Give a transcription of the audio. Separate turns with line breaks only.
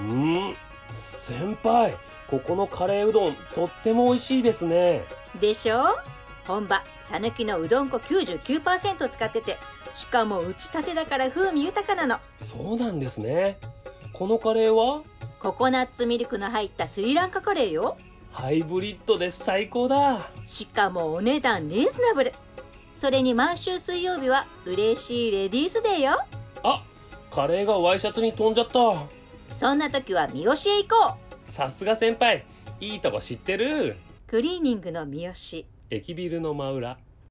うん先輩ここのカレーうどんとっても美味しいですね
でしょ本場さぬきのうどん粉99%使っててしかも打ちたてだから風味豊かなの
そうなんですねこのカレーは
ココナッツミルクの入ったスリランカカレーよ
ハイブリッドで最高だ
しかもお値段リーズナブルそれに毎週水曜日は嬉しいレディースデーよ
あカレーがワイシャツに飛んじゃった
そんな時は三好へ行こう
さすが先輩いいとこ知ってる
クリーニングの三好
駅ビルの真裏